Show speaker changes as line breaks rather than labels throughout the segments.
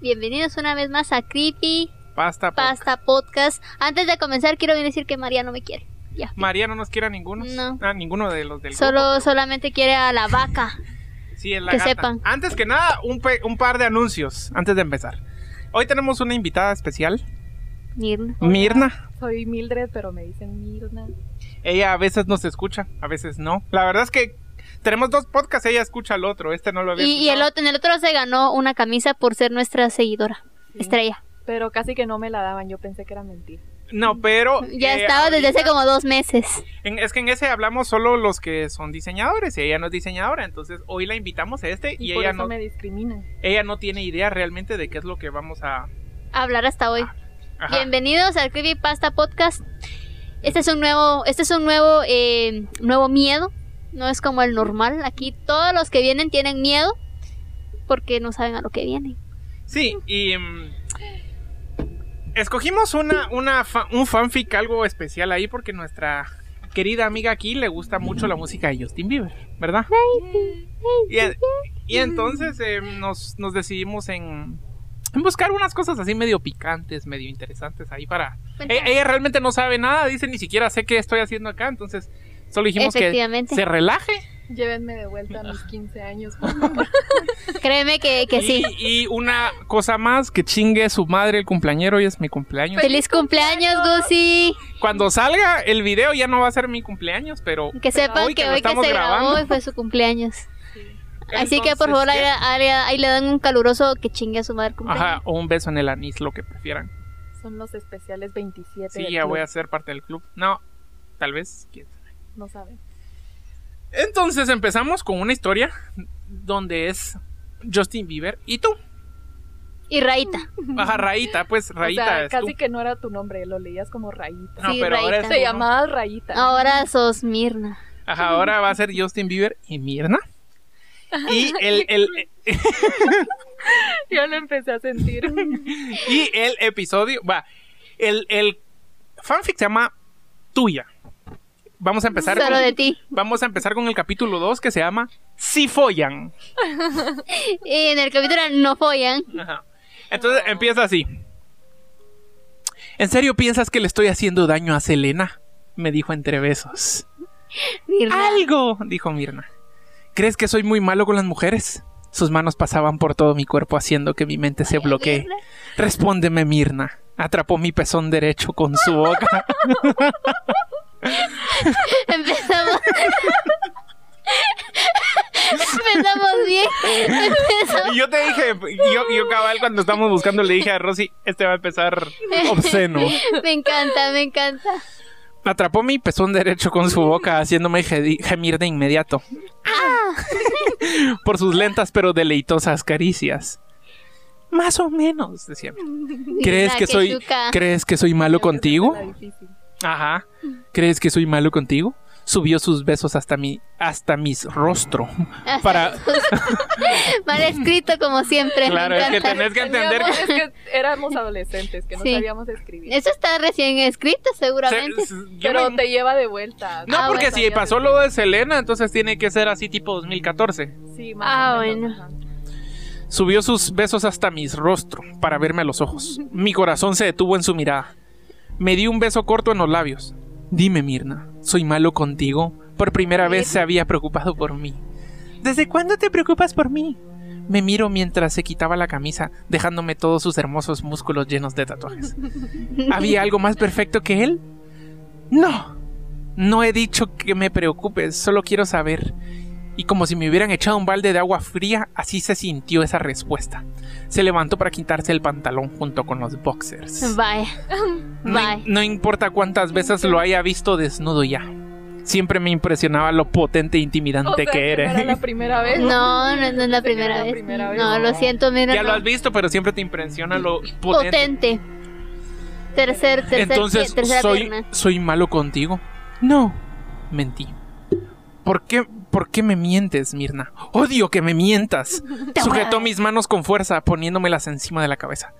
bienvenidos una vez más a Creepy
Pasta, Podcast.
Pasta Podcast. Antes de comenzar, quiero bien decir que María no me quiere. Ya.
María no nos quiere a ninguno.
No.
A ninguno de los del grupo.
Solo, solamente quiere a la vaca.
Sí, es la
que
gata.
sepan.
Antes que nada, un, pe- un par de anuncios antes de empezar. Hoy tenemos una invitada especial,
Mirna.
Hola,
Mirna.
Soy Mildred, pero me dicen Mirna.
Ella a veces nos escucha, a veces no. La verdad es que tenemos dos podcasts, ella escucha al otro. Este no lo había
Y, y el
escuchado.
otro, en el otro se ganó una camisa por ser nuestra seguidora.
Sí.
Estrella.
Pero casi que no me la daban, yo pensé que era mentira.
No, pero.
Ya
eh,
estaba desde hace
ahorita-
como dos meses.
en- es que en ese hablamos solo los que son diseñadores y ella no es diseñadora. Entonces hoy la invitamos a este y,
Y, por
ella,
eso
no,
me discriminan.
ella no tiene idea realmente de qué es lo que vamos a.
Hablar hasta hoy.
Ajá.
Bienvenidos al Creepy Pasta Podcast. Este es un nuevo, este es un nuevo, eh, nuevo miedo. No es como el normal. Aquí todos los que vienen tienen miedo porque no saben a lo que vienen.
Sí, y mm, escogimos una, una fa- un fanfic algo especial ahí porque nuestra querida amiga aquí le gusta mucho la música de Justin Bieber, ¿verdad? Y, eh, y entonces eh, nos, nos decidimos en, en buscar unas cosas así medio picantes, medio interesantes ahí para... E- Ella realmente no sabe nada, dice ni siquiera sé qué estoy haciendo acá, entonces solo dijimos que
Efectivamente.
se relaje.
Llévenme de vuelta a mis 15 años, por favor.
Créeme que, que
y,
sí.
Y una cosa más, que chingue su madre el cumpleañero, hoy es mi cumpleaños.
Feliz cumpleaños, Gusi.
Cuando salga el video ya no va a ser mi cumpleaños, pero
Que sepan
hoy
que
que lo
hoy que
estamos
se grabó
grabando.
y fue su cumpleaños. Así
entonces,
que por favor
¿qué?
ahí, ahí- ahí le dan un caluroso que chingue a su madre cumpleaños.
Ajá, o un beso en el anís, lo que prefieran.
Son los especiales 27.
Sí,
del
ya
club.
voy a ser parte del club. No, tal vez. quién sabe.
No saben.
Entonces empezamos con una historia donde es Justin Bieber y tú.
Y Raita.
Ajá, Raíta, pues Raíta
o sea,
es
casi
tú.
que no era tu nombre, lo leías como Rayita.
No,
Sí,
pero ahora
Raíta.
es
Se
tú,
Te
¿no?
llamabas Rayita.
Ahora sos Mirna.
Ajá, ahora va a ser Justin Bieber y Mirna. Y el, el,
Yo lo empecé a sentir.
y el episodio, va, el, el fanfic se llama Tuya. Vamos a empezar
Solo
con-
de ti.
Vamos a empezar con el capítulo 2 que se llama Si follan.
Y en el capítulo no follan.
Ajá. Entonces empieza así. ¿En serio piensas que le estoy haciendo daño a Selena? Me dijo entre besos.
Mirna.
Algo, dijo Mirna. ¿Crees que soy muy malo con las mujeres? Sus manos pasaban por todo mi cuerpo haciendo que mi mente se bloquee.
Mirna.
Respóndeme, Mirna. Atrapó mi pezón derecho con su boca.
Empezamos. Empezamos bien. Empezamos.
Y yo te dije, yo, yo cabal cuando estábamos buscando le dije a Rosy, este va a empezar obsceno.
Me encanta, me encanta.
Atrapó mi pezón derecho con su boca, haciéndome ge- gemir de inmediato. Por sus lentas pero deleitosas caricias. Más o menos, decía. ¿Crees
Mirna,
que soy,
chuca.
¿Crees que soy malo contigo?
Era difícil.
Ajá. ¿Crees que soy malo contigo? Subió sus besos hasta mi, hasta mis rostro.
Hasta
Para,
Mal escrito como siempre.
claro,
me
es que
encanta.
tenés que entender que
Teníamos- es que éramos adolescentes, que no
Sí.
sabíamos escribir.
Eso está recién escrito seguramente.
se- se- yo
Pero
me-
te lleva de vuelta.
No,
Ah,
porque
bueno.
si pasó lo de Selena, entonces tiene que ser así tipo 2014.
Sí, más
Ah,
o menos,
bueno.
ajá.
Subió sus besos hasta mis rostro para verme a los ojos. Mi corazón se detuvo en su mirada. Me di un beso corto en los labios. Dime, Mirna, ¿soy malo contigo? Por primera vez se había preocupado por mí. ¿Desde cuándo te preocupas por mí? Me miro mientras se quitaba la camisa, dejándome todos sus hermosos músculos llenos de tatuajes. ¿Había algo más perfecto que él? No. No he dicho que me preocupes, solo quiero saber. Y como si me hubieran echado un balde de agua fría, así se sintió esa respuesta. Se levantó para quitarse el pantalón junto con los boxers.
Vaya.
No,
Bye.
no importa cuántas veces lo haya visto desnudo ya. Siempre me impresionaba lo potente e intimidante
O sea,
que
no era la
eres.
primera vez.
No, no, no es la
Sería
primera
la
vez.
primera vez.
No, lo siento, mira.
Ya lo
no.
has visto, pero siempre te impresiona lo potente
potente. Tercer, tercer,
Entonces,
pie- tercera
soy,
pierna.
¿soy malo contigo? No, mentí. ¿Por qué, ¿Por qué me mientes, Mirna? Odio que me mientas. Sujetó mis manos con fuerza, poniéndomelas encima de la cabeza.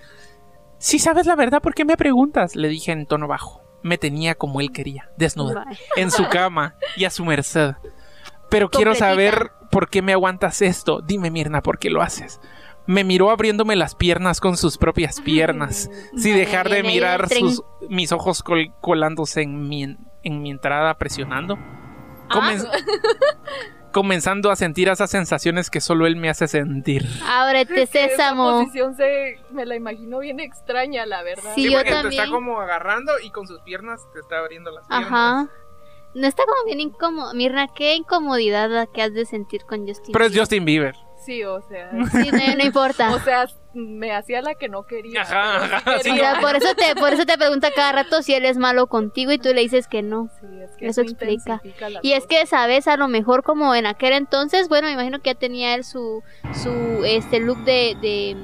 Si sabes la verdad, ¿por qué me preguntas? Le dije en tono bajo. Me tenía como él quería, desnuda,
Vaya.
en su cama y a su merced. Pero quiero
Completita.
saber por qué me aguantas esto. Dime, Mirna, ¿por qué lo haces? Me miró abriéndome las piernas con sus propias piernas, sin dejar de
viene ahí el
mirar
tren.
sus- mis ojos col- colándose en mi, en, mi entrada, presionando.
Ah.
Comen- comenzando a sentir esas sensaciones que solo él me hace sentir.
Ábrete,
Es que esa
sésamo.
posición se, me la imagino bien extraña, la verdad.
Sí, Sí, yo porque te está
te está
también.
como agarrando y con sus piernas te está abriendo las piernas.
Ajá. No está como bien incómodo. Mirna, qué incomodidad la que has de sentir con Justin.
Pero es Justin Bieber.
Sí, o sea.
Sí, no, no
O
importa.
sea, me hacía la que no quería.
Ajá, ajá, sí.
Mira, por eso te, por eso te pregunta cada rato si él es malo contigo y tú le dices que no.
Sí, es que
Eso
eso
explica.
intensifica las
Y es que sabes, a lo mejor como en aquel entonces, bueno, me imagino que ya tenía él su, su este look de, de,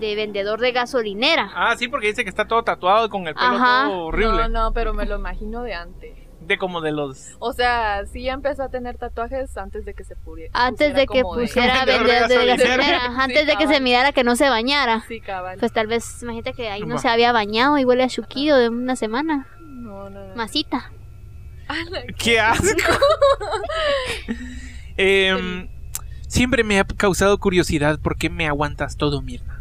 de vendedor de gasolinera.
Ah, sí, porque dice que está todo tatuado y con el pelo
Ajá.
todo
cosas.
horrible.
No, no, pero me lo imagino de antes.
De como de los.
O sea, sí ya empezó a tener tatuajes antes de que se pudiera.
Antes de que pusiera
de-
vendedor de
de gasolinera.
gasolinera, ajá,
Sí,
antes de que se
cabal.
mirara que no se bañara.
Sí, cabal.
Pues tal vez, imagínate que ahí no
Va.
se había bañado y huele a chuquido de una semana.
no, no, no.
Masita.
¡Qué asco! Em, siempre me ha causado curiosidad por qué me aguantas todo, Mirna.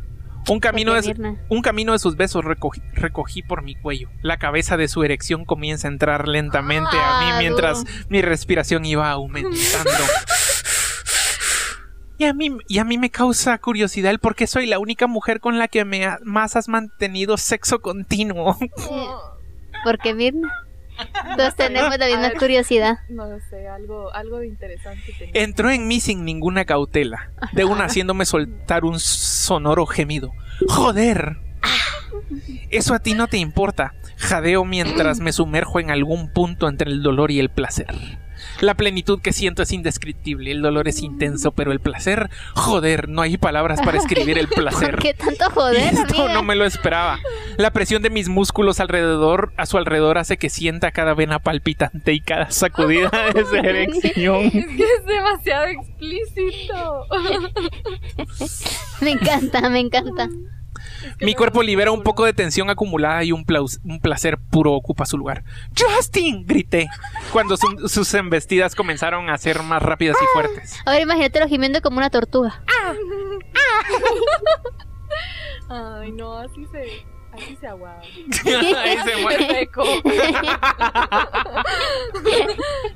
Un camino,
Porque
de, su-
Mirna.
un camino de sus besos recogí, recogí por mi cuello. La cabeza de su erección comienza a entrar lentamente a
Ah,
mí mientras
duro.
mi respiración iba aumentando. Y a, mí, y a mí me causa curiosidad el por qué soy la única mujer con la que me ha- más has mantenido sexo continuo.
No,
Porque Mirna. Todos tenemos la misma curiosidad.
no lo sé, algo, algo de interesante tenía.
Entró en mí sin ninguna cautela, de una haciéndome soltar un sonoro gemido. ¡Joder! Eso a ti no te importa. Jadeo mientras me sumerjo en algún punto entre el dolor y el placer. La plenitud que siento es indescriptible, el dolor es intenso, pero el placer, joder, no hay palabras para escribir el placer.
¿Por qué tanto
Y
joder,
esto
amiga?
no me lo esperaba. La presión de mis músculos alrededor, a su alrededor, hace que sienta cada vena palpitante y cada sacudida de esa erección.
Es que es demasiado explícito.
Me encanta, me encanta.
Mi cuerpo libera un poco de tensión acumulada y un, plaus- un placer puro ocupa su lugar. ¡Justin! grité cuando su- sus embestidas comenzaron a ser más rápidas y fuertes.
Ahora imagínatelo gimiendo como una tortuga.
Ay, no, así se, así se aguaba.
Ahí se muere.
Seco.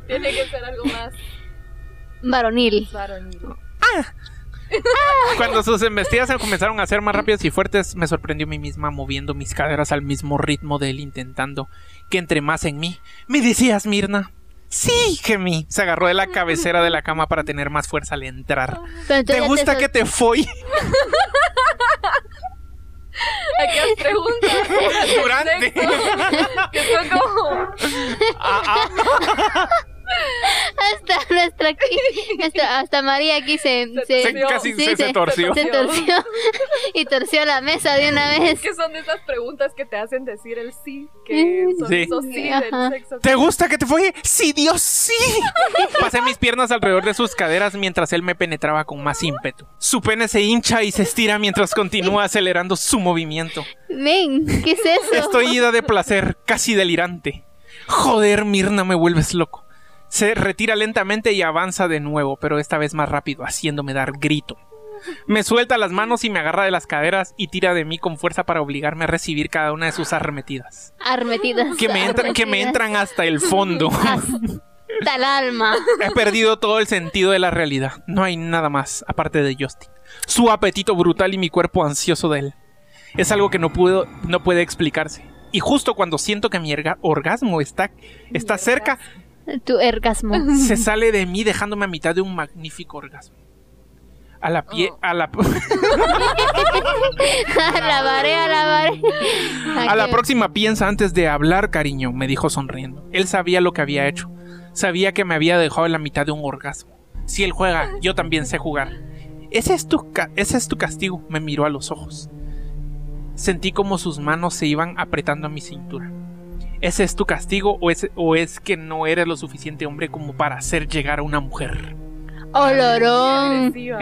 Tiene que ser algo más
Varonil.
varonil.
Cuando sus embestidas se comenzaron a ser más rápidas y fuertes, me sorprendió a mí misma moviendo mis caderas al mismo ritmo de él, intentando que entre más en mí. ¿Me decías, Mirna? Sí, gemí. Se agarró de la cabecera de la cama para tener más fuerza al entrar.
Pero entonces
¿Te
ya
gusta
sol-
que te folle
Aquí las preguntas
durante?
que son como
Ah, ah.
Hasta nuestra aquí, hasta, hasta María aquí se, se,
Se- casi
sí,
se- se torció.
se torció y torció la mesa de una vez.
que son de esas preguntas que te hacen decir el sí, que son
Sí.
esos sí
Ajá.
del sexo.
¿Te gusta que te folle? Sí, Dios, sí. Pasé mis piernas alrededor de sus caderas mientras él me penetraba con más ímpetu. Su pene se hincha y se estira mientras continúa acelerando su movimiento.
Ven, ¿qué es eso?
Estoy ida de placer, casi delirante. Joder, Mirna, me vuelves loco. Se retira lentamente y avanza de nuevo, pero esta vez más rápido, haciéndome dar grito. Me suelta las manos y me agarra de las caderas y tira de mí con fuerza para obligarme a recibir cada una de sus arremetidas.
Armetidas.
Que me, entra- que me
armetidas.
entran hasta el fondo.
Hasta el alma.
He perdido todo el sentido de la realidad. No hay nada más, aparte de Justin. Su apetito brutal y mi cuerpo ansioso de él. Es algo que no, pudo, no puede explicarse. Y justo cuando siento que mi erga- orgasmo está, está cerca,
Tu orgasmo.
se sale de mí dejándome a mitad de un magnífico orgasmo. A la pie,
Oh.
a la,
alabaré, alabaré.
a la próxima piensa antes de hablar, cariño, me dijo sonriendo. Él sabía lo que había hecho. Sabía que me había dejado en la mitad de un orgasmo. Si él juega, yo también sé jugar. Ese es tu, ca- ese es tu castigo, me miró a los ojos. Sentí como sus manos se iban apretando a mi cintura. ¿Ese es tu castigo o es, o es que no eres lo suficiente hombre como para hacer llegar a una mujer?
Olorón.
Agresiva.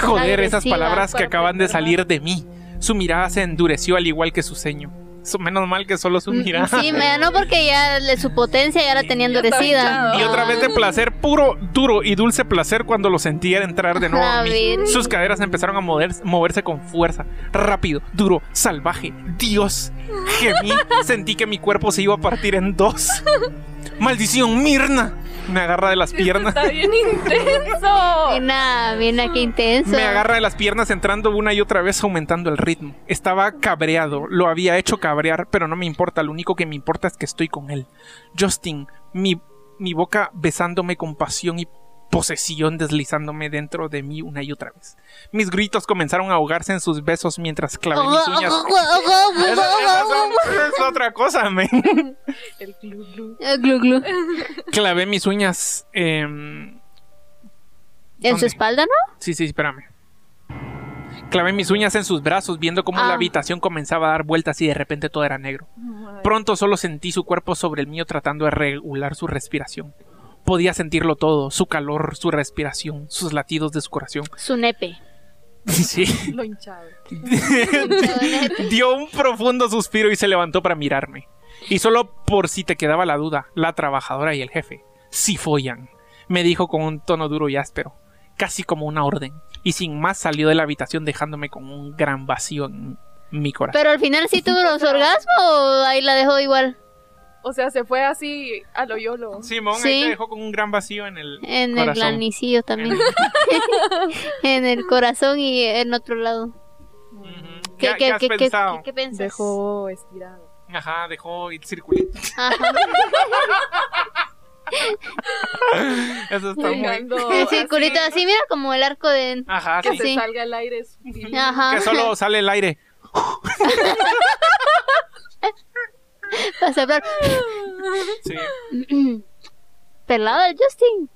Joder, esas
Agresiva.
palabras que
para
acaban de
aprender
salir de mí. Su mirada se endureció al igual que su ceño. So- Menos mal que solo su mirada.
Mm, Sí, me ganó porque ya le- su potencia ya la tenía
Ya estaba
endurecida.
hinchado.
Y otra vez de placer puro, duro y dulce placer cuando lo sentía entrar de nuevo
A
a mí.
ver.
Sus caderas empezaron a moverse, moverse con fuerza, rápido, duro, salvaje. Dios, gemí, sentí que mi cuerpo se iba a partir en dos. Maldición, Mirna. Me agarra de las piernas.
Está bien intenso.
Mira, mira qué intenso.
Me agarra de las piernas entrando una y otra vez aumentando el ritmo. Estaba cabreado, lo había hecho cabrear, pero no me importa, lo único que me importa es que estoy con él. Justin, mi, mi boca besándome con pasión y posesión deslizándome dentro de mí una y otra vez. Mis gritos comenzaron a ahogarse en sus besos mientras clavé mis uñas. Esa, esa son- es otra cosa, men.
El glu glu.
Eh, glu, glu.
Clavé mis uñas. em,
En su
¿Dónde?
espalda, ¿no?
Sí, sí, espérame. Clavé mis uñas en sus brazos, viendo cómo
Ah.
la habitación comenzaba a dar vueltas y de repente todo era negro. Pronto solo sentí su cuerpo sobre el mío tratando de regular su respiración. Podía sentirlo todo, su calor, su respiración, sus latidos de su corazón.
Su nepe.
Sí.
Lo hinchado.
Dio un profundo suspiro y se levantó para mirarme. Y solo por si te quedaba la duda, la trabajadora y el jefe, si follan, me dijo con un tono duro y áspero, casi como una orden, y sin más salió de la habitación dejándome con un gran vacío en mi corazón.
Pero al final sí tuvo su orgasmo o ahí la dejó igual.
O sea, se fue así a lo yolo.
Simón ahí
Sí.
te dejó con un gran vacío en el
En
corazón.
el anillo también. en el corazón y en otro lado.
Ujú.
¿Qué,
¿Qué,
qué,
qué has
qué- qué-
pensado?
qué- qué pensas?
Dejó estirado.
Ajá, dejó el circulito.
Ajá.
Eso está muy...
Dejando
El circulito así, mira, como el arco de...
Ajá,
Que
sí.
Ah, Sí. Ah,
se salga el aire. sutil.
Ajá.
Que solo sale el aire.
Para soplar.
Sí.
Pelado el Justin.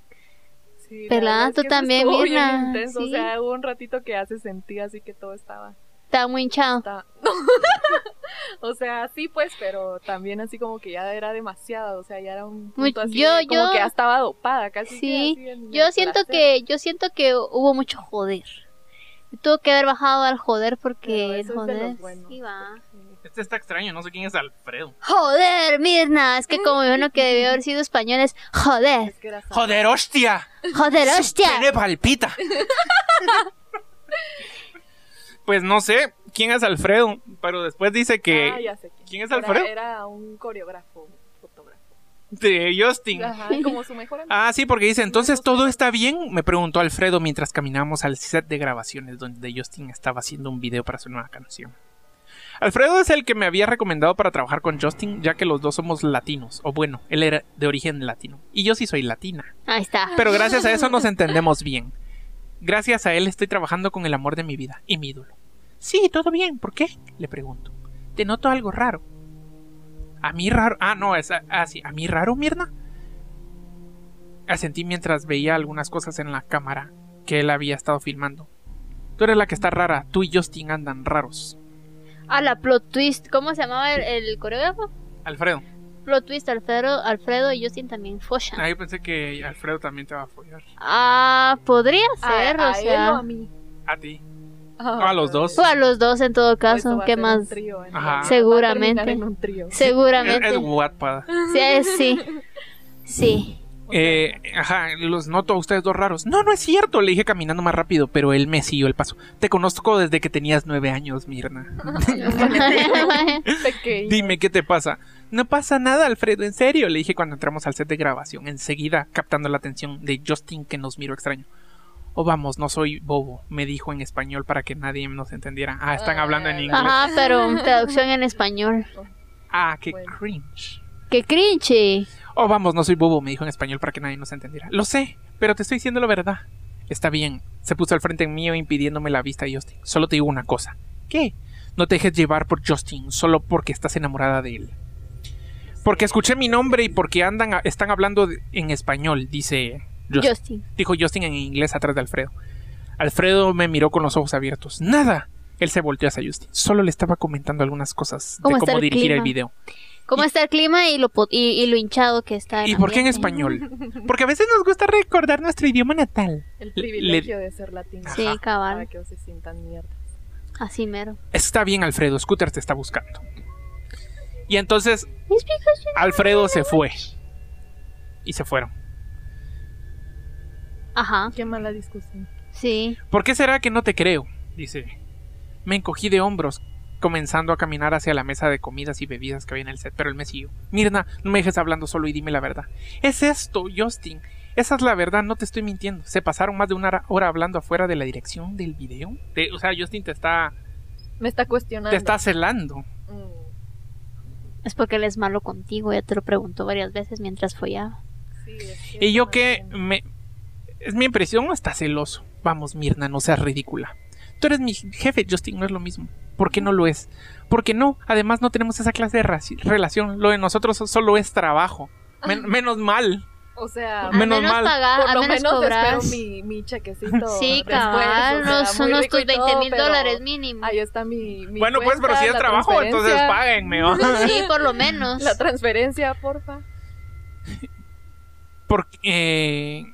Sí, la
Pelada,
verdad es
tú
que eso
también,
estuvo
Mirna,
bien intenso. O
sí.
sea, hubo un ratito que hace sentir así que todo estaba.
Está muy hinchado.
estaba- o sea, sí, pues, pero también así como que ya era demasiado. O sea, ya era un.
Muy-
punto así
yo-
de como
yo-
que ya estaba dopada casi. que
Sí,
así en
Yo
el
siento
placer.
que yo siento que hubo mucho joder. Tuvo que haber bajado al joder
Pero
porque el
eso es de los
joder
buenos.
sí va.
Este está extraño, no sé quién es Alfredo.
Joder, Mirna, es que como yo no que debió haber sido español es joder,
Es que era sábado.
Joder, hostia.
joder, hostia.
Tiene palpita. pues no sé quién es Alfredo, pero después dice que
Ah, ya sé quién.
¿Quién es
Era-
Alfredo?
Era, un coreógrafo, fotógrafo.
de Justin.
Ajá, como su mejor amigo.
Ah, sí, porque dice, entonces todo está bien, me preguntó Alfredo mientras caminamos al set de grabaciones donde Justin estaba haciendo un video para su nueva canción. Alfredo es el que me había recomendado para trabajar con Justin, ya que los dos somos latinos, o bueno, él era de origen latino, y yo sí soy latina.
Ahí está.
Pero gracias a eso nos entendemos bien. Gracias a él estoy trabajando con el amor de mi vida y mi ídolo. Sí, todo bien. ¿Por qué? Le pregunto. Te noto algo raro. A mí raro. Ah, no, es así. ¿A mí raro, Mirna? Asentí mientras veía algunas cosas en la cámara que él había estado filmando. Tú eres la que está rara. Tú y Justin andan raros.
A la plot twist, ¿cómo se llamaba el, el coreógrafo?
Alfredo.
Plot twist Alfredo, Alfredo y Justin también Fosha.
Ahí ah, pensé que Alfredo también te va a follar.
Ah, podría ser,
a,
o
a él
sea,
o a mí.
A ti.
Oh.
a Ah, los dos.
o a los dos en todo
Pues,
caso,
va a
¿qué
ser un
más?
trío, entonces,
Ajá.
va a
Seguramente.
terminar en un trío.
Seguramente.
Es, es Wattpad.
Sí, es- sí. Sí.
Eh, ajá, los noto a ustedes dos raros. No, no es cierto, le dije caminando más rápido, pero él me siguió el paso. Te conozco desde que tenías nueve años, Mirna.
Pequeño.
Dime, ¿qué te pasa? No pasa nada, Alfredo, en serio, le dije cuando entramos al set de grabación, enseguida captando la atención de Justin que nos miró extraño. Oh, vamos, no soy bobo, me dijo en español para que nadie nos entendiera. Ah, están hablando en inglés.
Ajá, pero traducción en español.
Ah, qué
Bueno.
cringe.
¡Qué cringe!
Oh, vamos, no soy bobo, me dijo en español para que nadie nos entendiera. Lo sé, pero te estoy diciendo la verdad. Está bien, se puso al frente mío impidiéndome la vista de Justin. Solo te digo una cosa. ¿Qué? No te dejes llevar por Justin solo porque estás enamorada de él. Porque escuché mi nombre y porque andan a- están hablando de- en español, dice Justin.
Justin.
Dijo Justin en inglés atrás de Alfredo. Alfredo me miró con los ojos abiertos. ¡Nada! Él se volteó hacia Justin. Solo le estaba comentando algunas cosas de
¿Cómo está
cómo
el
dirigir el
clima?
video.
¿Cómo está el clima y lo, po- y, y lo hinchado que está? el
¿Y por qué en
ambiente?
español? Porque a veces nos gusta recordar nuestro idioma natal.
El
Le-
privilegio de ser latino.
Sí,
Ajá.
cabal.
Para que no se sientan mierda.
Así mero.
Está bien, Alfredo, Scooter te está buscando. Y entonces Alfredo se fue. Y se fueron.
Ajá,
Qué mala discusión.
sí.
¿Por qué será que no te creo? Dice. Me encogí de hombros, comenzando a caminar hacia la mesa de comidas y bebidas que había en el set, pero él me siguió. Mirna, no me dejes hablando solo y dime la verdad. Es esto, Justin. Esa es la verdad, no te estoy mintiendo. Se pasaron más de una hora- hora hablando afuera de la dirección del video. Te- o sea, Justin te está,
Me está cuestionando.
te está celando.
Mm,
Es porque él es malo contigo, ya te lo preguntó varias veces mientras follaba.
sí, es que
Y yo
no
que
entiendo.
me... Es mi impresión o está celoso. Vamos, Mirna, no seas ridícula. Tú eres mi jefe, Justin, no es lo mismo. ¿Por qué no lo es? Porque no, además no tenemos esa clase de raci- relación. Lo de nosotros solo es trabajo.
Ah.
Men- menos mal.
O sea,
Al
Menos
menos
mal.
pagar,
por
al
lo
Ah, menos
menos espero
cobrar.
mi, mi chequecito.
Sí,
después,
cabal,
o sea,
unos-
muy
unos
rico
tus
y todo,
20 mil
pero
dólares mínimo.
Ahí está mi. mi
bueno, pues, pero
cuenta,
si es
la
trabajo, entonces
transferencia-
páguenme. ¿va?
Sí, por lo menos.
La transferencia, porfa.
Porque... eh,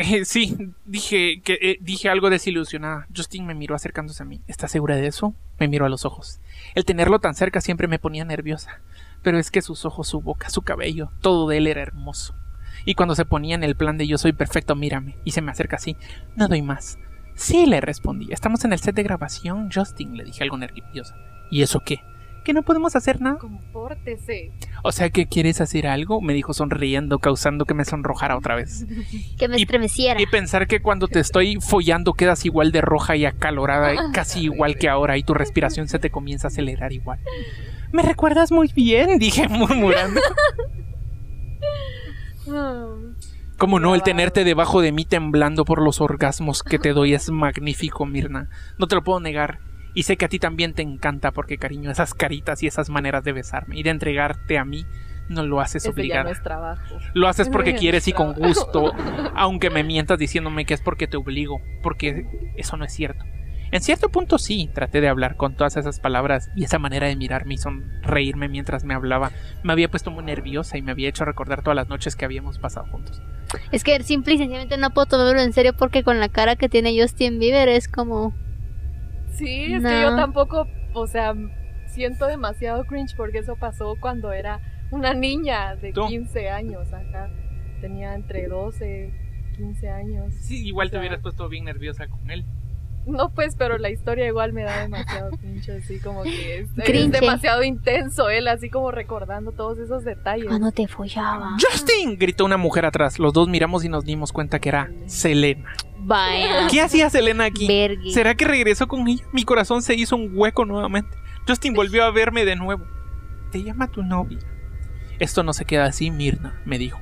eh, sí, dije, que, eh, dije algo desilusionada. Justin me miró acercándose a mí. ¿Estás segura de eso? Me miró a los ojos. El tenerlo tan cerca siempre me ponía nerviosa. Pero es que sus ojos, su boca, su cabello, todo de él era hermoso. Y cuando se ponía en el plan de yo soy perfecto, mírame, y se me acerca así, no doy más. Sí, le respondí. Estamos en el set de grabación, Justin, le dije algo nerviosa. ¿Y eso qué? ¿Que no podemos hacer nada?
Compórtese.
O sea, que quieres hacer algo? Me dijo sonriendo, causando que me sonrojara otra vez.
que me
y-
estremeciera.
Y pensar que cuando te estoy follando quedas igual de roja y acalorada, eh, casi igual que ahora, y tu respiración se te comienza a acelerar igual. Me recuerdas muy bien, dije murmurando.
Mm,
Como no, el tenerte debajo de mí temblando por los orgasmos que te doy es magnífico, Mirna. No te lo puedo negar. Y sé que a ti también te encanta porque, cariño, esas caritas y esas maneras de besarme y de entregarte a mí no lo haces
Este ya no
obligada.
es trabajo.
Lo haces porque
Bien,
quieres y con
claro.
gusto, aunque me mientas diciéndome que es porque te obligo, porque eso no es cierto. En cierto punto sí, traté de hablar con todas esas palabras y esa manera de mirarme y sonreírme mientras me hablaba. Me había puesto muy nerviosa y me había hecho recordar todas las noches que habíamos pasado juntos.
Es que simple y sencillamente no puedo tomármelo en serio porque con la cara que tiene Justin Bieber es como...
Sí, es
No.
que yo tampoco, o sea, siento demasiado cringe porque eso pasó cuando era una niña de
Tú.
15 años acá. Tenía entre 12, 15 años.
Sí, igual te
Claro.
hubieras puesto bien nerviosa con él.
No, pues, pero la historia igual me da demasiado cringe, así como que es, es
Cringe.
demasiado intenso él, así como recordando todos esos detalles.
Cuando te follaba.
¡Justin! gritó una mujer atrás. Los dos miramos y nos dimos cuenta que era Selena.
Vaya.
¿Qué hacía Selena aquí?
Vergui.
¿Será que regresó con ella? Mi corazón se hizo un hueco nuevamente. Justin volvió a verme de nuevo. Te llama tu novia. Esto no se queda así, Mirna, me dijo.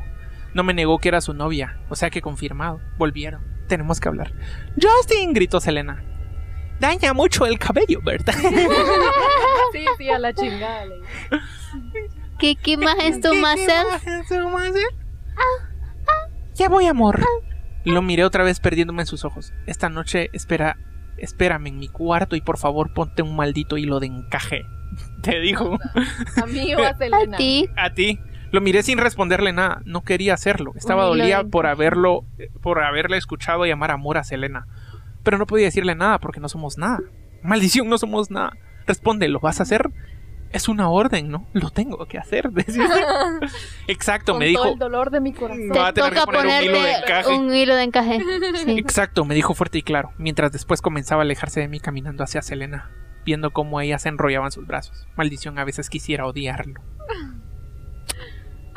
No me negó que era su novia, o sea que confirmado. Volvieron. Tenemos que hablar. Justin, gritó Selena. Daña mucho el cabello, ¿verdad?
Sí, sí, a la chingada. le dije.
¿Qué, qué más es tu
¿Qué- qué
más self?
más es tu más self? Ya voy, amor. Lo miré otra vez perdiéndome en sus ojos. Esta noche espera, espérame en mi cuarto y por favor ponte un maldito hilo de encaje. Te dijo.
A mí o a
A
Selena.
ti.
A ti. Lo miré sin responderle nada. No quería hacerlo. Estaba
Un hilo
dolida
de
por
encaje.
haberlo, por haberle escuchado llamar amor a Selena. Pero no podía decirle nada porque no somos nada. Maldición, no somos nada. Responde, ¿lo vas a hacer? Es una orden, ¿no? Lo tengo que hacer. decía. Exacto,
Con
me dijo.
todo el dolor de mi corazón.
No
Te
va a tener que
toca
poner un hilo de encaje.
ponerte un hilo de encaje. Sí.
Exacto, me dijo fuerte y claro, mientras después comenzaba a alejarse de mí caminando hacia Selena, viendo cómo ella se enrollaba en sus brazos. Maldición, a veces quisiera odiarlo.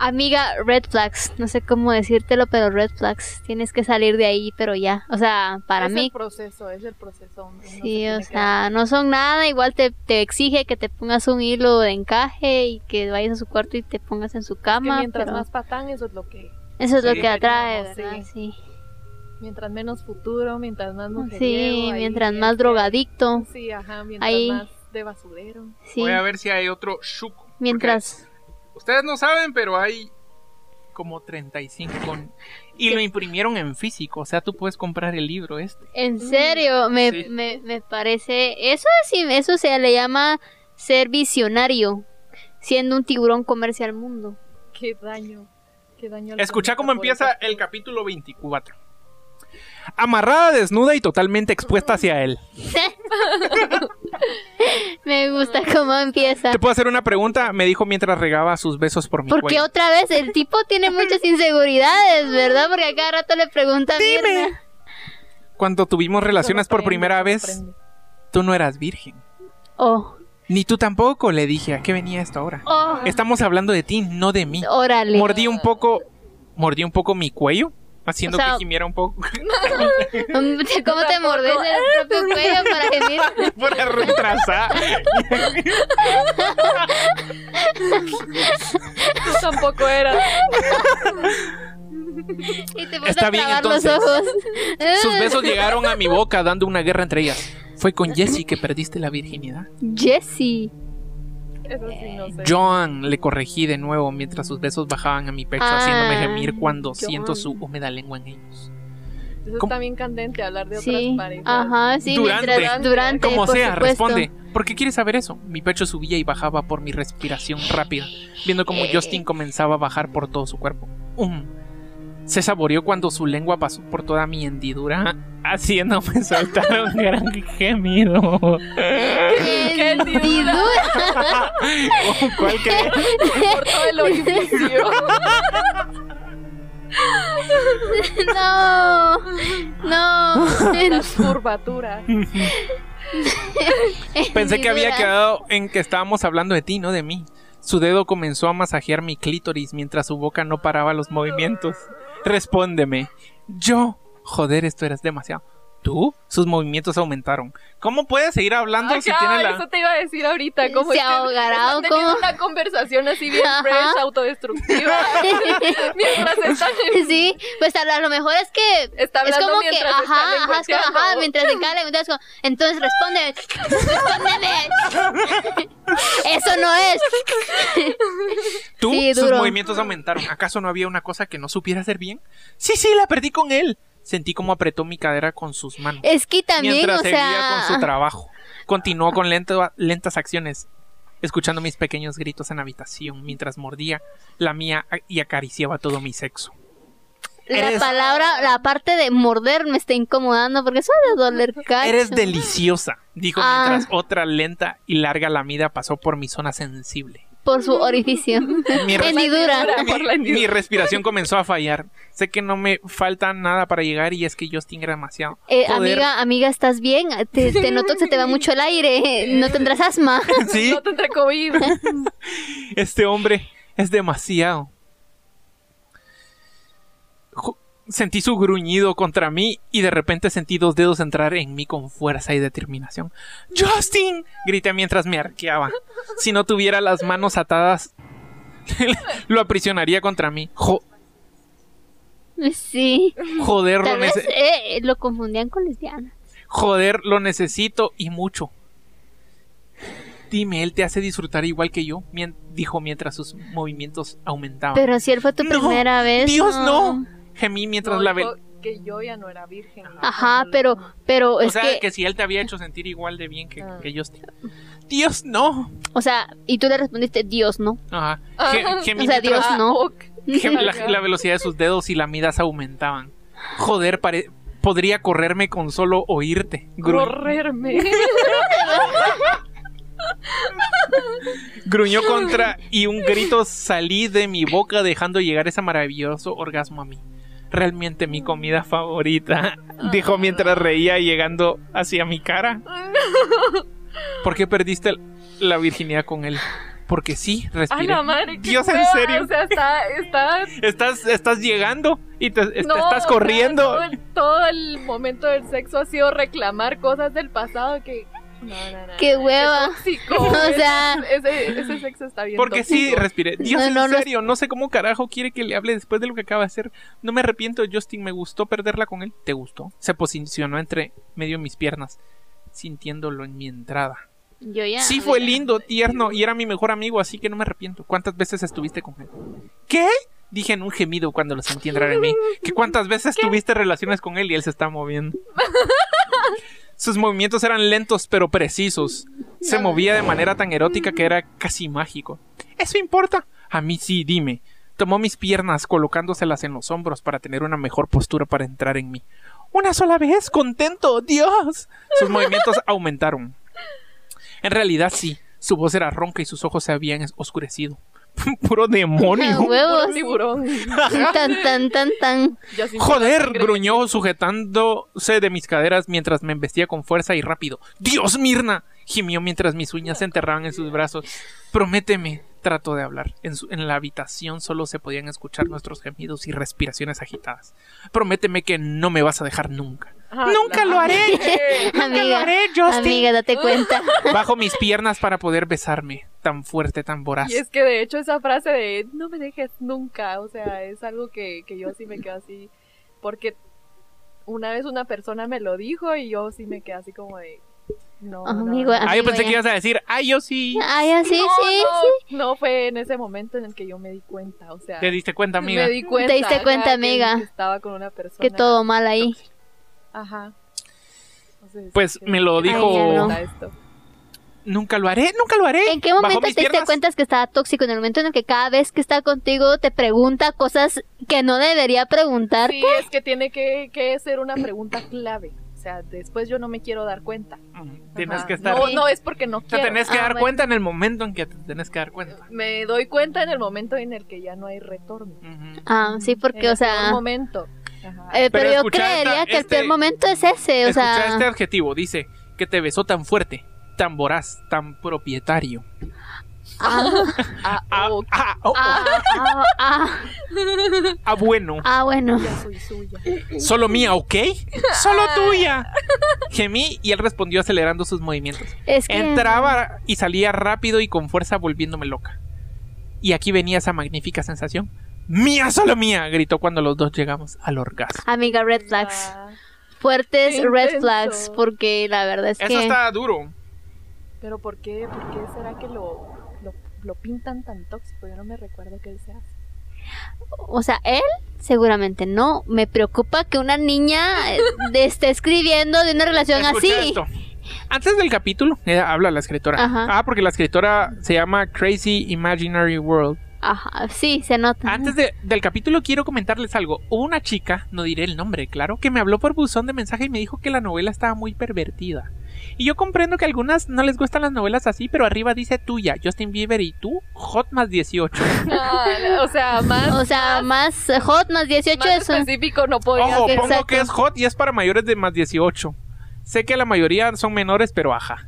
Amiga, red flags. No sé cómo decírtelo, pero red flags. Tienes que salir de ahí, pero ya. O sea, para
es
mí.
el proceso, es el proceso. hombre, uno se
Sí,
tiene
o
que
sea, no son nada. Igual te, te exige que te pongas un hilo de encaje y que vayas a su cuarto y te pongas en su
que
cama.
mientras
pero
más patán, eso es lo que.
eso es lo
Sí,
que atrae,
digamos,
¿verdad?
sí.
Sí.
Mientras menos futuro, mientras más mujeriego.
Ah, Sí,
ahí,
mientras
este,
más drogadicto.
Sí, ajá, mientras
Ahí.
más de basurero.
Sí.
Voy a ver si hay otro Shuko. porque
Mientras.
Ustedes no saben, pero hay como 35. Y lo imprimieron en físico, o sea, tú puedes comprar el libro este.
Mm,
En serio, me,
Sí.
me, me parece. Eso sí, eso se le llama ser visionario, siendo un tiburón comerse al mundo.
Qué daño. Qué daño. al
Escucha
planeta
cómo
por
empieza
esas
el capítulo 24. Amarrada, desnuda y totalmente expuesta hacia él.
Ah.
Me gusta cómo empieza.
¿Te puedo hacer una pregunta? Me dijo mientras regaba sus besos por mi
Porque
cuello.
otra vez el tipo tiene muchas inseguridades, ¿verdad? Porque a cada rato le pregunta a Mirna.
Cuando tuvimos relaciones por
Sorprende,
primera vez,
sorprende.
tú no eras virgen.
Oh,
Ni tú tampoco, le dije. ¿A qué venía esto ahora?
oh,
Estamos hablando de ti, no de mí.
órale.
Mordí un poco, mordí un poco mi cuello, haciendo
O sea-
que gimiera un poco
¿Cómo te mordes el propio cuello para gemir?
por la retrasada.
Tampoco era.
Y te pones
Está
a
bien,
trabar
entonces.
los ojos.
Sus besos llegaron a mi boca, dando una guerra entre ellas. Fue con Jessie que perdiste la virginidad.
Jesse.
Eso sí, no sé.
John, le corregí de nuevo mientras sus besos bajaban a mi pecho,
Ah,
haciéndome gemir cuando siento
John.
su húmeda lengua en ellos.
Eso
¿Cómo?
está bien candente hablar de otras
Sí.
parejas.
Ajá, sí,
Durante.
mientras durante.
Como
por
sea,
supuesto.
responde. ¿Por qué quieres saber eso? Mi pecho subía y bajaba por mi respiración rápida, viendo como
Eh.
Justin comenzaba a bajar por todo su cuerpo. Um, se saboreó cuando su lengua pasó por toda mi hendidura, haciéndome soltar un gran gemido.
¿Qué
hendidura?
hendidura?
¿Cuál crees?
Por todo el orificio.
No. No.
las curvaturas.
Pensé que había
Hendidura.
quedado en que estábamos hablando de ti, no de mí. Su dedo comenzó a masajear mi clítoris mientras su boca no paraba los movimientos. Respóndeme. Yo. Joder, esto eras demasiado. ¿Tú? Sus movimientos aumentaron. ¿Cómo puedes seguir hablando si
Ajá,
tiene
Eso
la...
te iba a decir ahorita. ¿cómo
¿Se
es que
ahogará
están
o
teniendo
cómo?
una conversación así bien
Ajá.
fresh, autodestructiva. mientras están en-
Sí, pues a lo- a lo mejor es que
Está
es
hablando
como que,
mientras
ajá, ajá,
está
es como,
lengüeteando.
ajá, mientras se cala, mientras como, entonces responde, respóndeme. Eso no es.
¿Tú?
Sí,
Sus
duro.
movimientos aumentaron. ¿Acaso no había una cosa que no supiera hacer bien? Sí, sí, la perdí con él. Sentí como apretó mi cadera con sus manos.
Es que también,
mientras
o
seguía
sea,
con su trabajo. Continuó con lento- lentas acciones, escuchando mis pequeños gritos en la habitación mientras mordía la mía a- y acariciaba todo mi sexo.
la
Eres-
palabra, la parte de morder me está incomodando porque suele doler cacho.
Eres deliciosa, dijo
Ah.
mientras otra lenta y larga lamida pasó por mi zona sensible.
por su orificio.
Mi, res-
Hendidura.
por la
mi respiración comenzó a fallar. Sé que no me falta nada para llegar y es que Justin era demasiado.
Eh,
Joder.
amiga, amiga, ¿estás bien? Te, te noto que se te va mucho el aire. ¿No tendrás asma?
Sí,
No tendré COVID.
Este hombre es demasiado. Ju- Sentí su gruñido contra mí y de repente sentí dos dedos entrar en mí con fuerza y determinación. ¡Justin! grité mientras me arqueaba. Si no tuviera las manos atadas, lo aprisionaría contra mí. Jo-
Sí.
joder, lo
Tal vez
nece-
eh, lo confundían con lesbiana.
joder, lo necesito y mucho. Dime, él te hace disfrutar igual que yo, mien- dijo mientras sus movimientos aumentaban.
Pero si él fue tu
Ah. No,
primera vez.
Dios no. Gemí mientras
No,
la ve.
dijo que yo ya no era virgen.
Ajá, pero,
pues,
pero
O
es
sea,
que,
que... si él te había hecho sentir igual de bien que,
Ah.
que Justin. Dios no.
o sea, y tú le respondiste Dios, ¿no?
Ajá.
Ah.
Ge- gemí
O sea,
mientras-
Dios, no.
ok.
gem- la, la velocidad de sus dedos y lamidas aumentaban. Joder, pare- podría correrme con solo oírte. Gru-
Correrme.
gruñó contra y un grito salí de mi boca dejando llegar ese maravilloso orgasmo a mí. Realmente mi comida favorita, dijo mientras reía llegando hacia mi cara. ¿Por qué perdiste la virginidad con él? Porque sí,
A
respiré.
la madre. qué
Dios, en
fea,
serio.
O sea, está, está
Estás, estás llegando y te, te
No,
estás
o sea,
corriendo.
todo, el, todo el momento del sexo ha sido reclamar cosas del pasado que. No, no, no.
Qué hueva.
Tóxico.
O
O
sea-
sea, ese, ese sexo está bien.
Porque sí,
tóxico.
respiré. Dios,
No,
en
no, no.
serio, no. sé cómo carajo quiere que le hable después de lo que acaba de hacer. No me arrepiento, Justin, me gustó perderla con él. ¿Te gustó? Se posicionó entre medio de mis piernas, sintiéndolo en mi entrada.
Yo ya.
sí, fue lindo, tierno, y era mi mejor amigo, así que no me arrepiento. ¿Cuántas veces estuviste con él? ¿Qué? Dije en un gemido cuando lo sentí entrar en mí. ¿Que cuántas veces tuviste relaciones con él y él se está moviendo? Sus movimientos eran lentos pero precisos. Se movía de manera tan erótica que era casi mágico. ¿Eso importa? A mí sí, dime. Tomó mis piernas colocándoselas en los hombros para tener una mejor postura para entrar en mí. Una sola vez, contento, Dios. Sus movimientos aumentaron. En realidad sí, su voz era ronca y sus ojos se habían es- oscurecido. Puro demonio.
Ah,
Puro
huevos.
tiburón.
Tan, tan, tan, tan.
Ya sin
Joder,
sangre.
gruñó sujetándose de mis caderas mientras me embestía con fuerza y rápido. Dios, Mirna, gimió mientras mis uñas se enterraban en sus brazos. Prométeme, trató de hablar. En, su- en la habitación solo se podían escuchar nuestros gemidos y respiraciones agitadas. Prométeme que no me vas a dejar nunca.
Ah,
Nunca
la-
lo haré. Nunca lo
Amiga,
haré, Justin.
amiga, date cuenta.
Bajo mis piernas para poder besarme, tan fuerte, tan voraz.
Y es que de hecho esa frase de no me dejes nunca, o sea, es algo que, que yo sí me quedo así, porque una vez una persona me lo dijo y yo sí me quedé así como de, no, no,
Amigo,
no,
Ah, yo
amigo,
pensé
ya. Ah.
que ibas a decir, ay, yo sí.
Ay, así,
no,
sí,
no,
sí.
no, fue en ese momento en el que yo me di cuenta, o sea,
Te diste cuenta, amiga.
me di cuenta,
diste
ajá,
cuenta,
que-
amiga.
que estaba con una persona,
Que todo mal ahí.
ajá. Entonces,
Pues,
que-
me lo
que
dijo-
me gusta esto.
Nunca lo haré, nunca lo haré.
¿En qué
Bajo
momento te
mis
diste
piernas.
cuenta que estaba tóxico? En el momento en el que cada vez que está contigo te pregunta cosas que no debería preguntar.
Sí, es que tiene que, que ser una pregunta clave, o sea, después yo no me quiero dar cuenta.
Mm, Tienes
Ajá.
que estar.
No, no es porque no
te
quiero.
tenés que
Ah,
dar
bueno.
cuenta en el momento en que te tenés que dar cuenta.
Me doy cuenta en el momento en el que ya no hay retorno.
Ujú.
Ah, sí,
En
porque,
el
o sea,
peor momento. Ajá.
eh, pero,
Pero
yo
escucha
creería
esta-
que el
este-
peor momento es ese, o
Escucha
sea,
este adjetivo, dice que te besó tan fuerte, tan voraz, tan propietario.
ah,
Ah,
Ah,
oh,
ah, oh, oh.
ah, ah, ah,
Ah, bueno,
ah, bueno,
ya soy suya.
solo mía, ¿ok? Solo
Ah.
tuya. Gemí y él respondió acelerando sus movimientos.
es que
Entraba y salía rápido y con fuerza volviéndome loca. Y aquí venía esa magnífica sensación. Mía, solo mía, gritó cuando los dos llegamos al orgasmo.
amiga red flags,
Ah,
fuertes
Qué
red
intenso.
flags, porque la verdad es
Eso
que
está duro.
pero ¿por qué, por qué será que lo, lo, lo pintan tan tóxico? Yo no me recuerdo que él sea. así.
O sea, él seguramente no. Me preocupa que una niña eh, de- esté escribiendo de una relación
Escucha
así.
esto. Antes del capítulo, eh, habla la escritora.
Ajá.
Ah, porque la escritora se llama Crazy Imaginary World.
Ajá, sí, se nota.
Antes de- del capítulo quiero comentarles algo. Hubo una chica, no diré el nombre, claro, que me habló por buzón de mensaje y me dijo que la novela estaba muy pervertida. Y yo comprendo que a algunas no les gustan las novelas así, pero arriba dice tuya, Justin Bieber y tú, Hot más 18.
Ah, o sea, más,
O sea, más eh, hot, más 18
más
es un...
específico no podía
Ojo,
que
pongo
exacto.
que es hot y es para mayores de más 18. Sé que la mayoría son menores, pero ajá.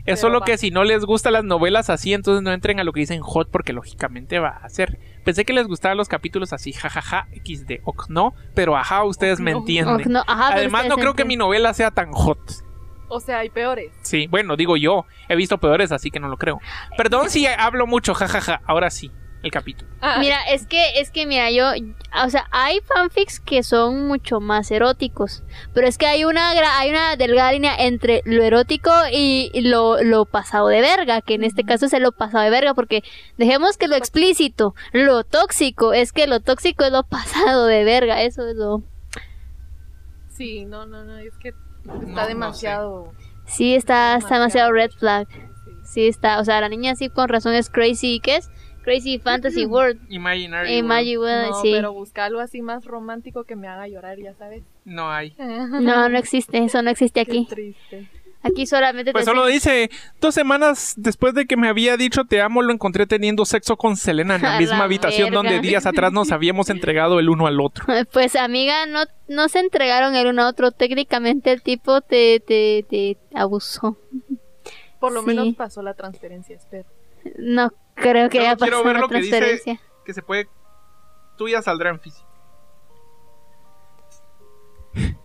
Es
Pero
solo
va.
que si no les gustan las novelas así, entonces no entren a lo que dicen hot porque lógicamente va a ser. Pensé que les gustaban los capítulos así, jajaja, xd, ok no, pero ajá, ustedes me
Ok, no.
o-
entienden.
no, ajá, Ah, pero
Además,
ustedes
no creo que mi
entienden.
novela sea tan hot.
O sea, hay peores.
Sí, bueno, digo yo, he visto peores, así que no lo creo. Perdón si hablo mucho, jajaja, ahora sí, el capítulo.
Ah,
Mira, es que, es que, mira, yo... O sea, hay fanfics que son mucho más eróticos. Pero es que hay una, gra- hay una delgada línea entre lo erótico y lo, lo pasado de verga. Que en este caso es el lo pasado de verga. Porque dejemos que lo explícito, lo tóxico. Es que lo tóxico es lo pasado de verga. Eso es lo...
Sí, no, no, no, es que está
no sé.
demasiado.
Sí, está, está demasiado red flag.
sí.
Sí, está. O sea, la niña sí con razón es crazy. ¿Qué es? Crazy Fantasy World.
Imaginary.
Eh, Magic World,
No,
sí.
pero busca algo así más romántico que me haga llorar, ya sabes.
No hay.
No, no existe. Eso no existe
Qué
aquí.
triste.
Aquí solamente
Pues
te
solo dice, dos semanas después de que me había dicho te amo, lo encontré teniendo sexo con Selena en
A
la
la
misma habitación
verga.
donde días atrás nos habíamos entregado el uno al otro.
Pues amiga, no, no se entregaron el uno a otro. Técnicamente el tipo te, te, te abusó.
Por lo
Sí.
menos pasó la transferencia, espero.
No creo que
Yo
haya
quiero
pasado
ver
la
lo que dice-
transferencia.
Que se puede... Tuya saldrá en físico.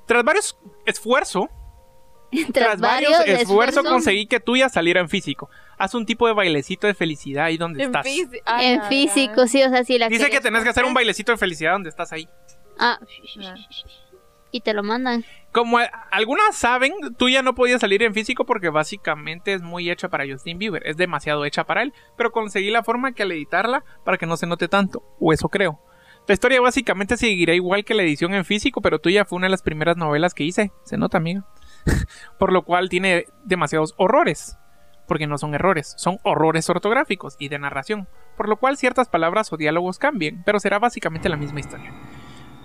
Tras varios esfuerzo, Tras varios esfuerzos conseguí que tuya saliera en físico. Haz un tipo de bailecito de felicidad ahí donde estás.
físico.
En físico, sí, o sea, sí la
Dice que
querías-
tenés que hacer un bailecito de felicidad donde estás ahí.
Ah,
Ah.
y te lo mandan.
Como a- algunas saben, tuya no podía salir en físico porque básicamente es muy hecha para Justin Bieber. Es demasiado hecha para él, pero conseguí la forma que al editarla para que no se note tanto. O eso creo. La historia básicamente seguirá igual que la edición en físico, pero tuya fue una de las primeras novelas que hice. Se nota, amiga. Por lo cual tiene demasiados horrores. Porque no son errores, son horrores ortográficos y de narración. Por lo cual ciertas palabras o diálogos cambien, pero será básicamente la misma historia.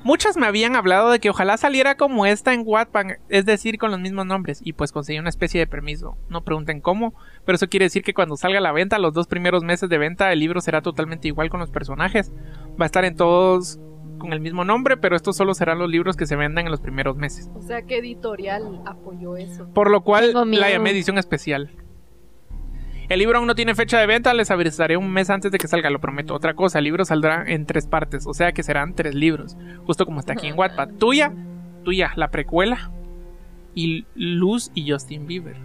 Muchas me habían hablado de que ojalá saliera como esta en Wattpad, es decir, con los mismos nombres, y pues conseguí una especie de permiso. No pregunten cómo, pero eso quiere decir que cuando salga a la venta, los dos primeros meses de venta, el libro será totalmente igual con los personajes. Va a estar en todos con el mismo nombre, pero estos solo serán los libros que se vendan en los primeros meses.
O sea, ¿qué editorial apoyó eso?
Por lo cual,
Tengo miedo.
la llamé edición especial. El libro aún no tiene fecha de venta, les avisaré un mes antes de que salga, lo prometo. Otra cosa, el libro saldrá en tres partes, o sea que serán tres libros, justo como está aquí en Wattpad. Tuya, tuya, la precuela, y Luz y Justin Bieber.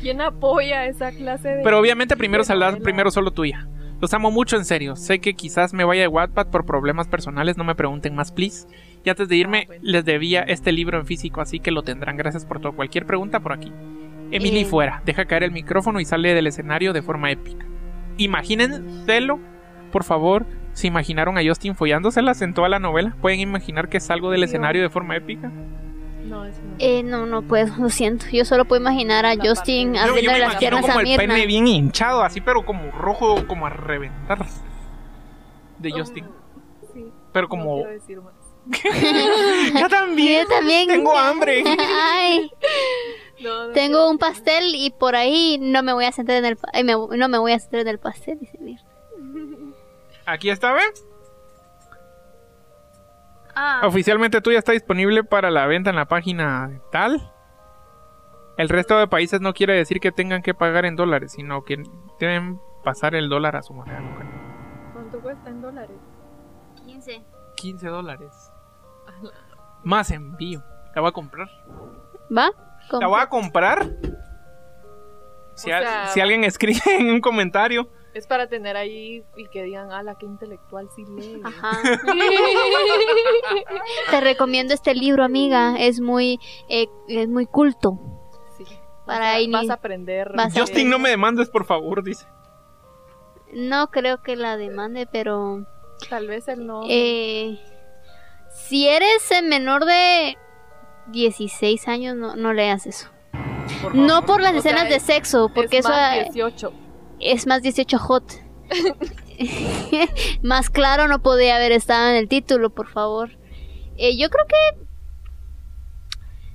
¿Quién apoya esa clase de.?
Pero obviamente primero
de
saldrá
novela?
primero solo tuya. Los amo mucho, en serio. Sé que quizás me vaya de Wattpad por problemas personales, no me pregunten más, please. Y antes de irme,
Ah, bueno.
les debía este libro en físico, así que lo tendrán. Gracias por todo. Cualquier pregunta por aquí. Emily
Eh.
fuera, deja caer el micrófono y sale del escenario de forma épica. Imagínenselo, por favor. ¿Se imaginaron a Justin follándoselas en toda la novela? ¿Pueden imaginar que salgo del
Dios.
escenario de forma épica?
No, es no.
Eh, no, no puedo, lo siento. Yo solo puedo imaginar a
La
Justin
parte-
Yo, yo
abriendo
me
las
imagino
piernas
como
a
el
Mirna.
pene bien hinchado, así, pero como rojo, como a reventar. De Justin.
Mm, sí,
Pero
No
como.
quiero decir más.
Yo
Y
también.
Yo también.
Tengo hambre.
Ay,
No, no
tengo
quiero
un
decir
pastel y por ahí no me voy a sentar en el, pa- ay, me- no me voy a sentar en el pastel, dice Mirna.
Aquí está, ¿ven?
más. Ah,
Oficialmente tú ya está disponible para la venta en la página tal. El resto de países no quiere decir que tengan que pagar en dólares, sino que deben pasar el dólar a su moneda local.
¿cuánto cuesta en dólares?
15.
15 dólares. Más envío. ¿La voy a comprar?
¿Va? Con-
¿La voy a comprar? Si,
O
al-
sea-
si alguien escribe en un comentario.
Es para tener ahí y que digan, ala, qué intelectual sí lee.
Ajá. Te recomiendo este libro, amiga. Es muy, eh, es muy culto.
Sí.
Para ahí
Vas
ni-
a aprender.
vas a-
Justin, no me demandes, por favor, dice.
No creo que la demande, pero
Tal vez él no.
eh, si eres eh, menor de 16 años, no, no leas eso.
Por favor.
No por las
O sea,
escenas de
es-
sexo, porque
es
eso
más
eh,
18.
es más 18 hot. más claro no podía haber estado en el título, por favor. Eh, yo creo que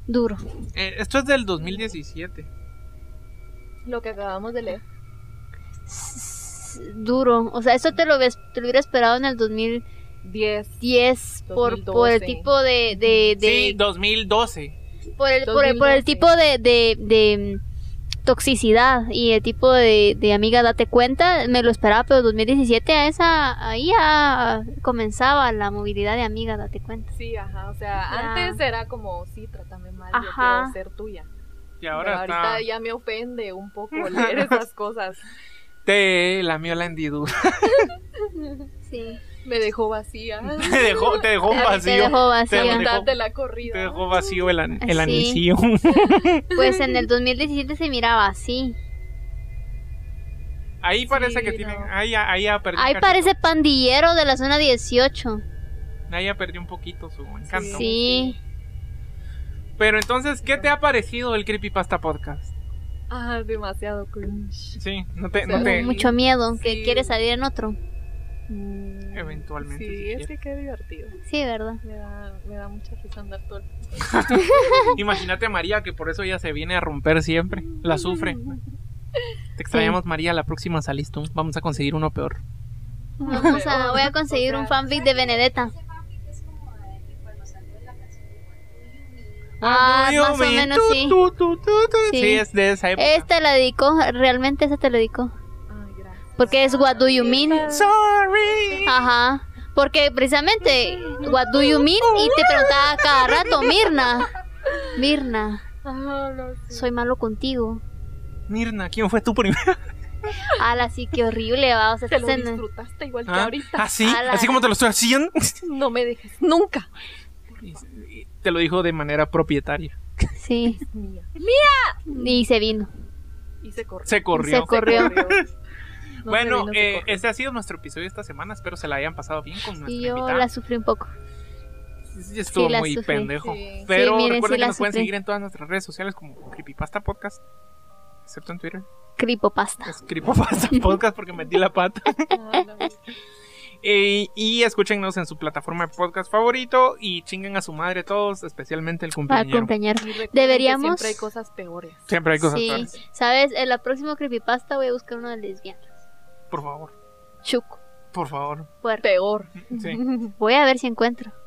duro.
Eh, esto es del 2017.
Lo que acabamos de leer.
s- duro. O sea, eso te lo, ves- te lo hubiera esperado en el 2010
10.
por, por el
2012.
tipo de... de, de-
Sí, 2012.
por, el, por el- por el
2012.
tipo de, de- de, mm, toxicidad y el tipo de, de amiga date cuenta. Me lo esperaba, pero 2017 a esa... Ahí ya comenzaba la movilidad de amiga date cuenta.
Sí, ajá. O sea,
Ya.
antes era como, sí, trátame mal,
Ajá.
yo quiero ser tuya.
Y ahora
Pero ahorita
está.
ya me ofende un poco leer esas cosas.
Te lamió la hendidura.
Sí.
Me dejó vacía.
Te dejó, te dejó
Te
vacío.
dejó vacía.
Te
dejó-
Mitad
dejó,
de la
te
corrida.
dejó vacío el, an- el
Sí.
anisillo.
Pues en el 2017 se miraba así.
Ahí parece
Sí,
que
no.
tienen. Ahí, ya- ahí ya perdió.
Ahí parece pandillero de la zona 18.
Ahí ya perdió un poquito su encanto.
Sí.
Pero entonces, ¿qué te ha parecido el Creepypasta Podcast?
Ah, demasiado cringe.
Sí, no te.
O
No
sea,
te
Mucho miedo, que
Sí.
quiere salir en otro.
Mm,
Eventualmente,
Sí,
si
es que
quieres.
qué divertido.
Sí, ¿verdad?
Me da, me da mucha risa andar todo el...
Imagínate a María, que por eso ella se viene a romper siempre. La sufre. Te extrañamos, María. La próxima salís tú. Vamos a conseguir uno peor.
Vamos a, voy a conseguir un fanfic de Benedetta. Ah,
Amigo
más o
mío,
menos
tu,
sí.
tu, tu, tu, tu.
Sí.
Sí, es de esa época.
Esta la dedicó, realmente esa te la dedicó.
Ay, gracias.
Porque es What Do You Mean.
Sorry.
Ajá. Porque precisamente, What Do You Mean? Y te preguntaba cada rato, Mirna. Mirna,
Ah, no sé.
soy malo contigo.
Mirna, ¿quién fue tu primera?
Ala, sí, qué horrible, va. O sea,
Te lo
esta escena.
disfrutaste igual que
¿Ah?
ahorita.
¿Así?
Ala.
¿Así como te lo estoy haciendo?
No me dejes nunca.
Y- y te lo dijo de manera propietaria.
Sí.
Es mía.
Y se vino.
Y se corrió.
Se corrió.
Se corrió.
No
bueno,
se vino, se
eh,
corrió.
este ha sido nuestro episodio esta semana. Espero se la hayan pasado bien con nuestra
Y yo
invitada.
la sufrí un poco.
Sí, Estuvo
sí la
muy
sufrí.
pendejo.
Sí.
Pero
Sí, miren,
recuerden
sí
que
la
nos pueden
sufrí.
seguir en todas nuestras redes sociales como Creepypasta Podcast. Excepto en Twitter.
Cripopasta.
Es Creepypasta Podcast porque metí la pata.
Ah, no,
Eh, y escúchennos en su plataforma de podcast favorito y chinguen a su madre todos, especialmente el
Al
cumpleañero.
cumpleañero.
Y recuerden que
Deberíamos-
Siempre hay cosas peores.
Siempre hay cosas
Sí,
raras.
sabes, en la próxima creepypasta voy a buscar una lesbiana.
Por favor,
Chuco,
por favor.
puerco.
Peor.
Sí.
Voy a ver si encuentro.